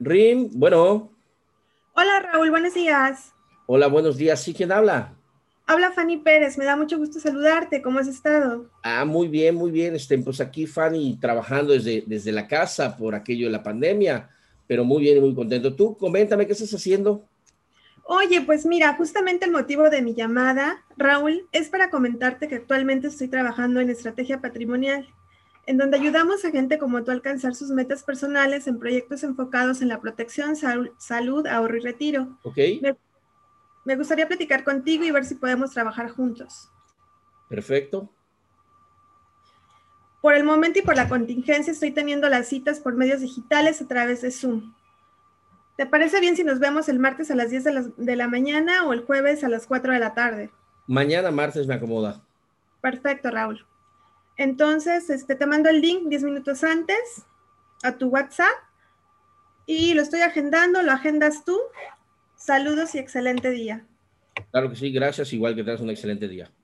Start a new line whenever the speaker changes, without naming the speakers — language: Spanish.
Rim, bueno.
Hola Raúl, buenos días.
Hola, buenos días. ¿Sí quién habla?
Habla Fanny Pérez, me da mucho gusto saludarte. ¿Cómo has estado?
Ah, muy bien, muy bien. Este, pues aquí Fanny trabajando desde, desde la casa por aquello de la pandemia, pero muy bien y muy contento. Tú, coméntame, ¿qué estás haciendo?
Oye, pues mira, justamente el motivo de mi llamada, Raúl, es para comentarte que actualmente estoy trabajando en estrategia patrimonial, en donde ayudamos a gente como tú a alcanzar sus metas personales en proyectos enfocados en la protección, sal- salud, ahorro y retiro.
¿Ok?
Me, me gustaría platicar contigo y ver si podemos trabajar juntos.
Perfecto.
Por el momento y por la contingencia estoy teniendo las citas por medios digitales a través de Zoom. ¿Te parece bien si nos vemos el martes a las 10 de la, de la mañana o el jueves a las 4 de la tarde?
Mañana martes me acomoda.
Perfecto, Raúl. Entonces, este, te mando el link 10 minutos antes a tu WhatsApp y lo estoy agendando, lo agendas tú. Saludos y excelente día.
Claro que sí, gracias. Igual que tengas un excelente día.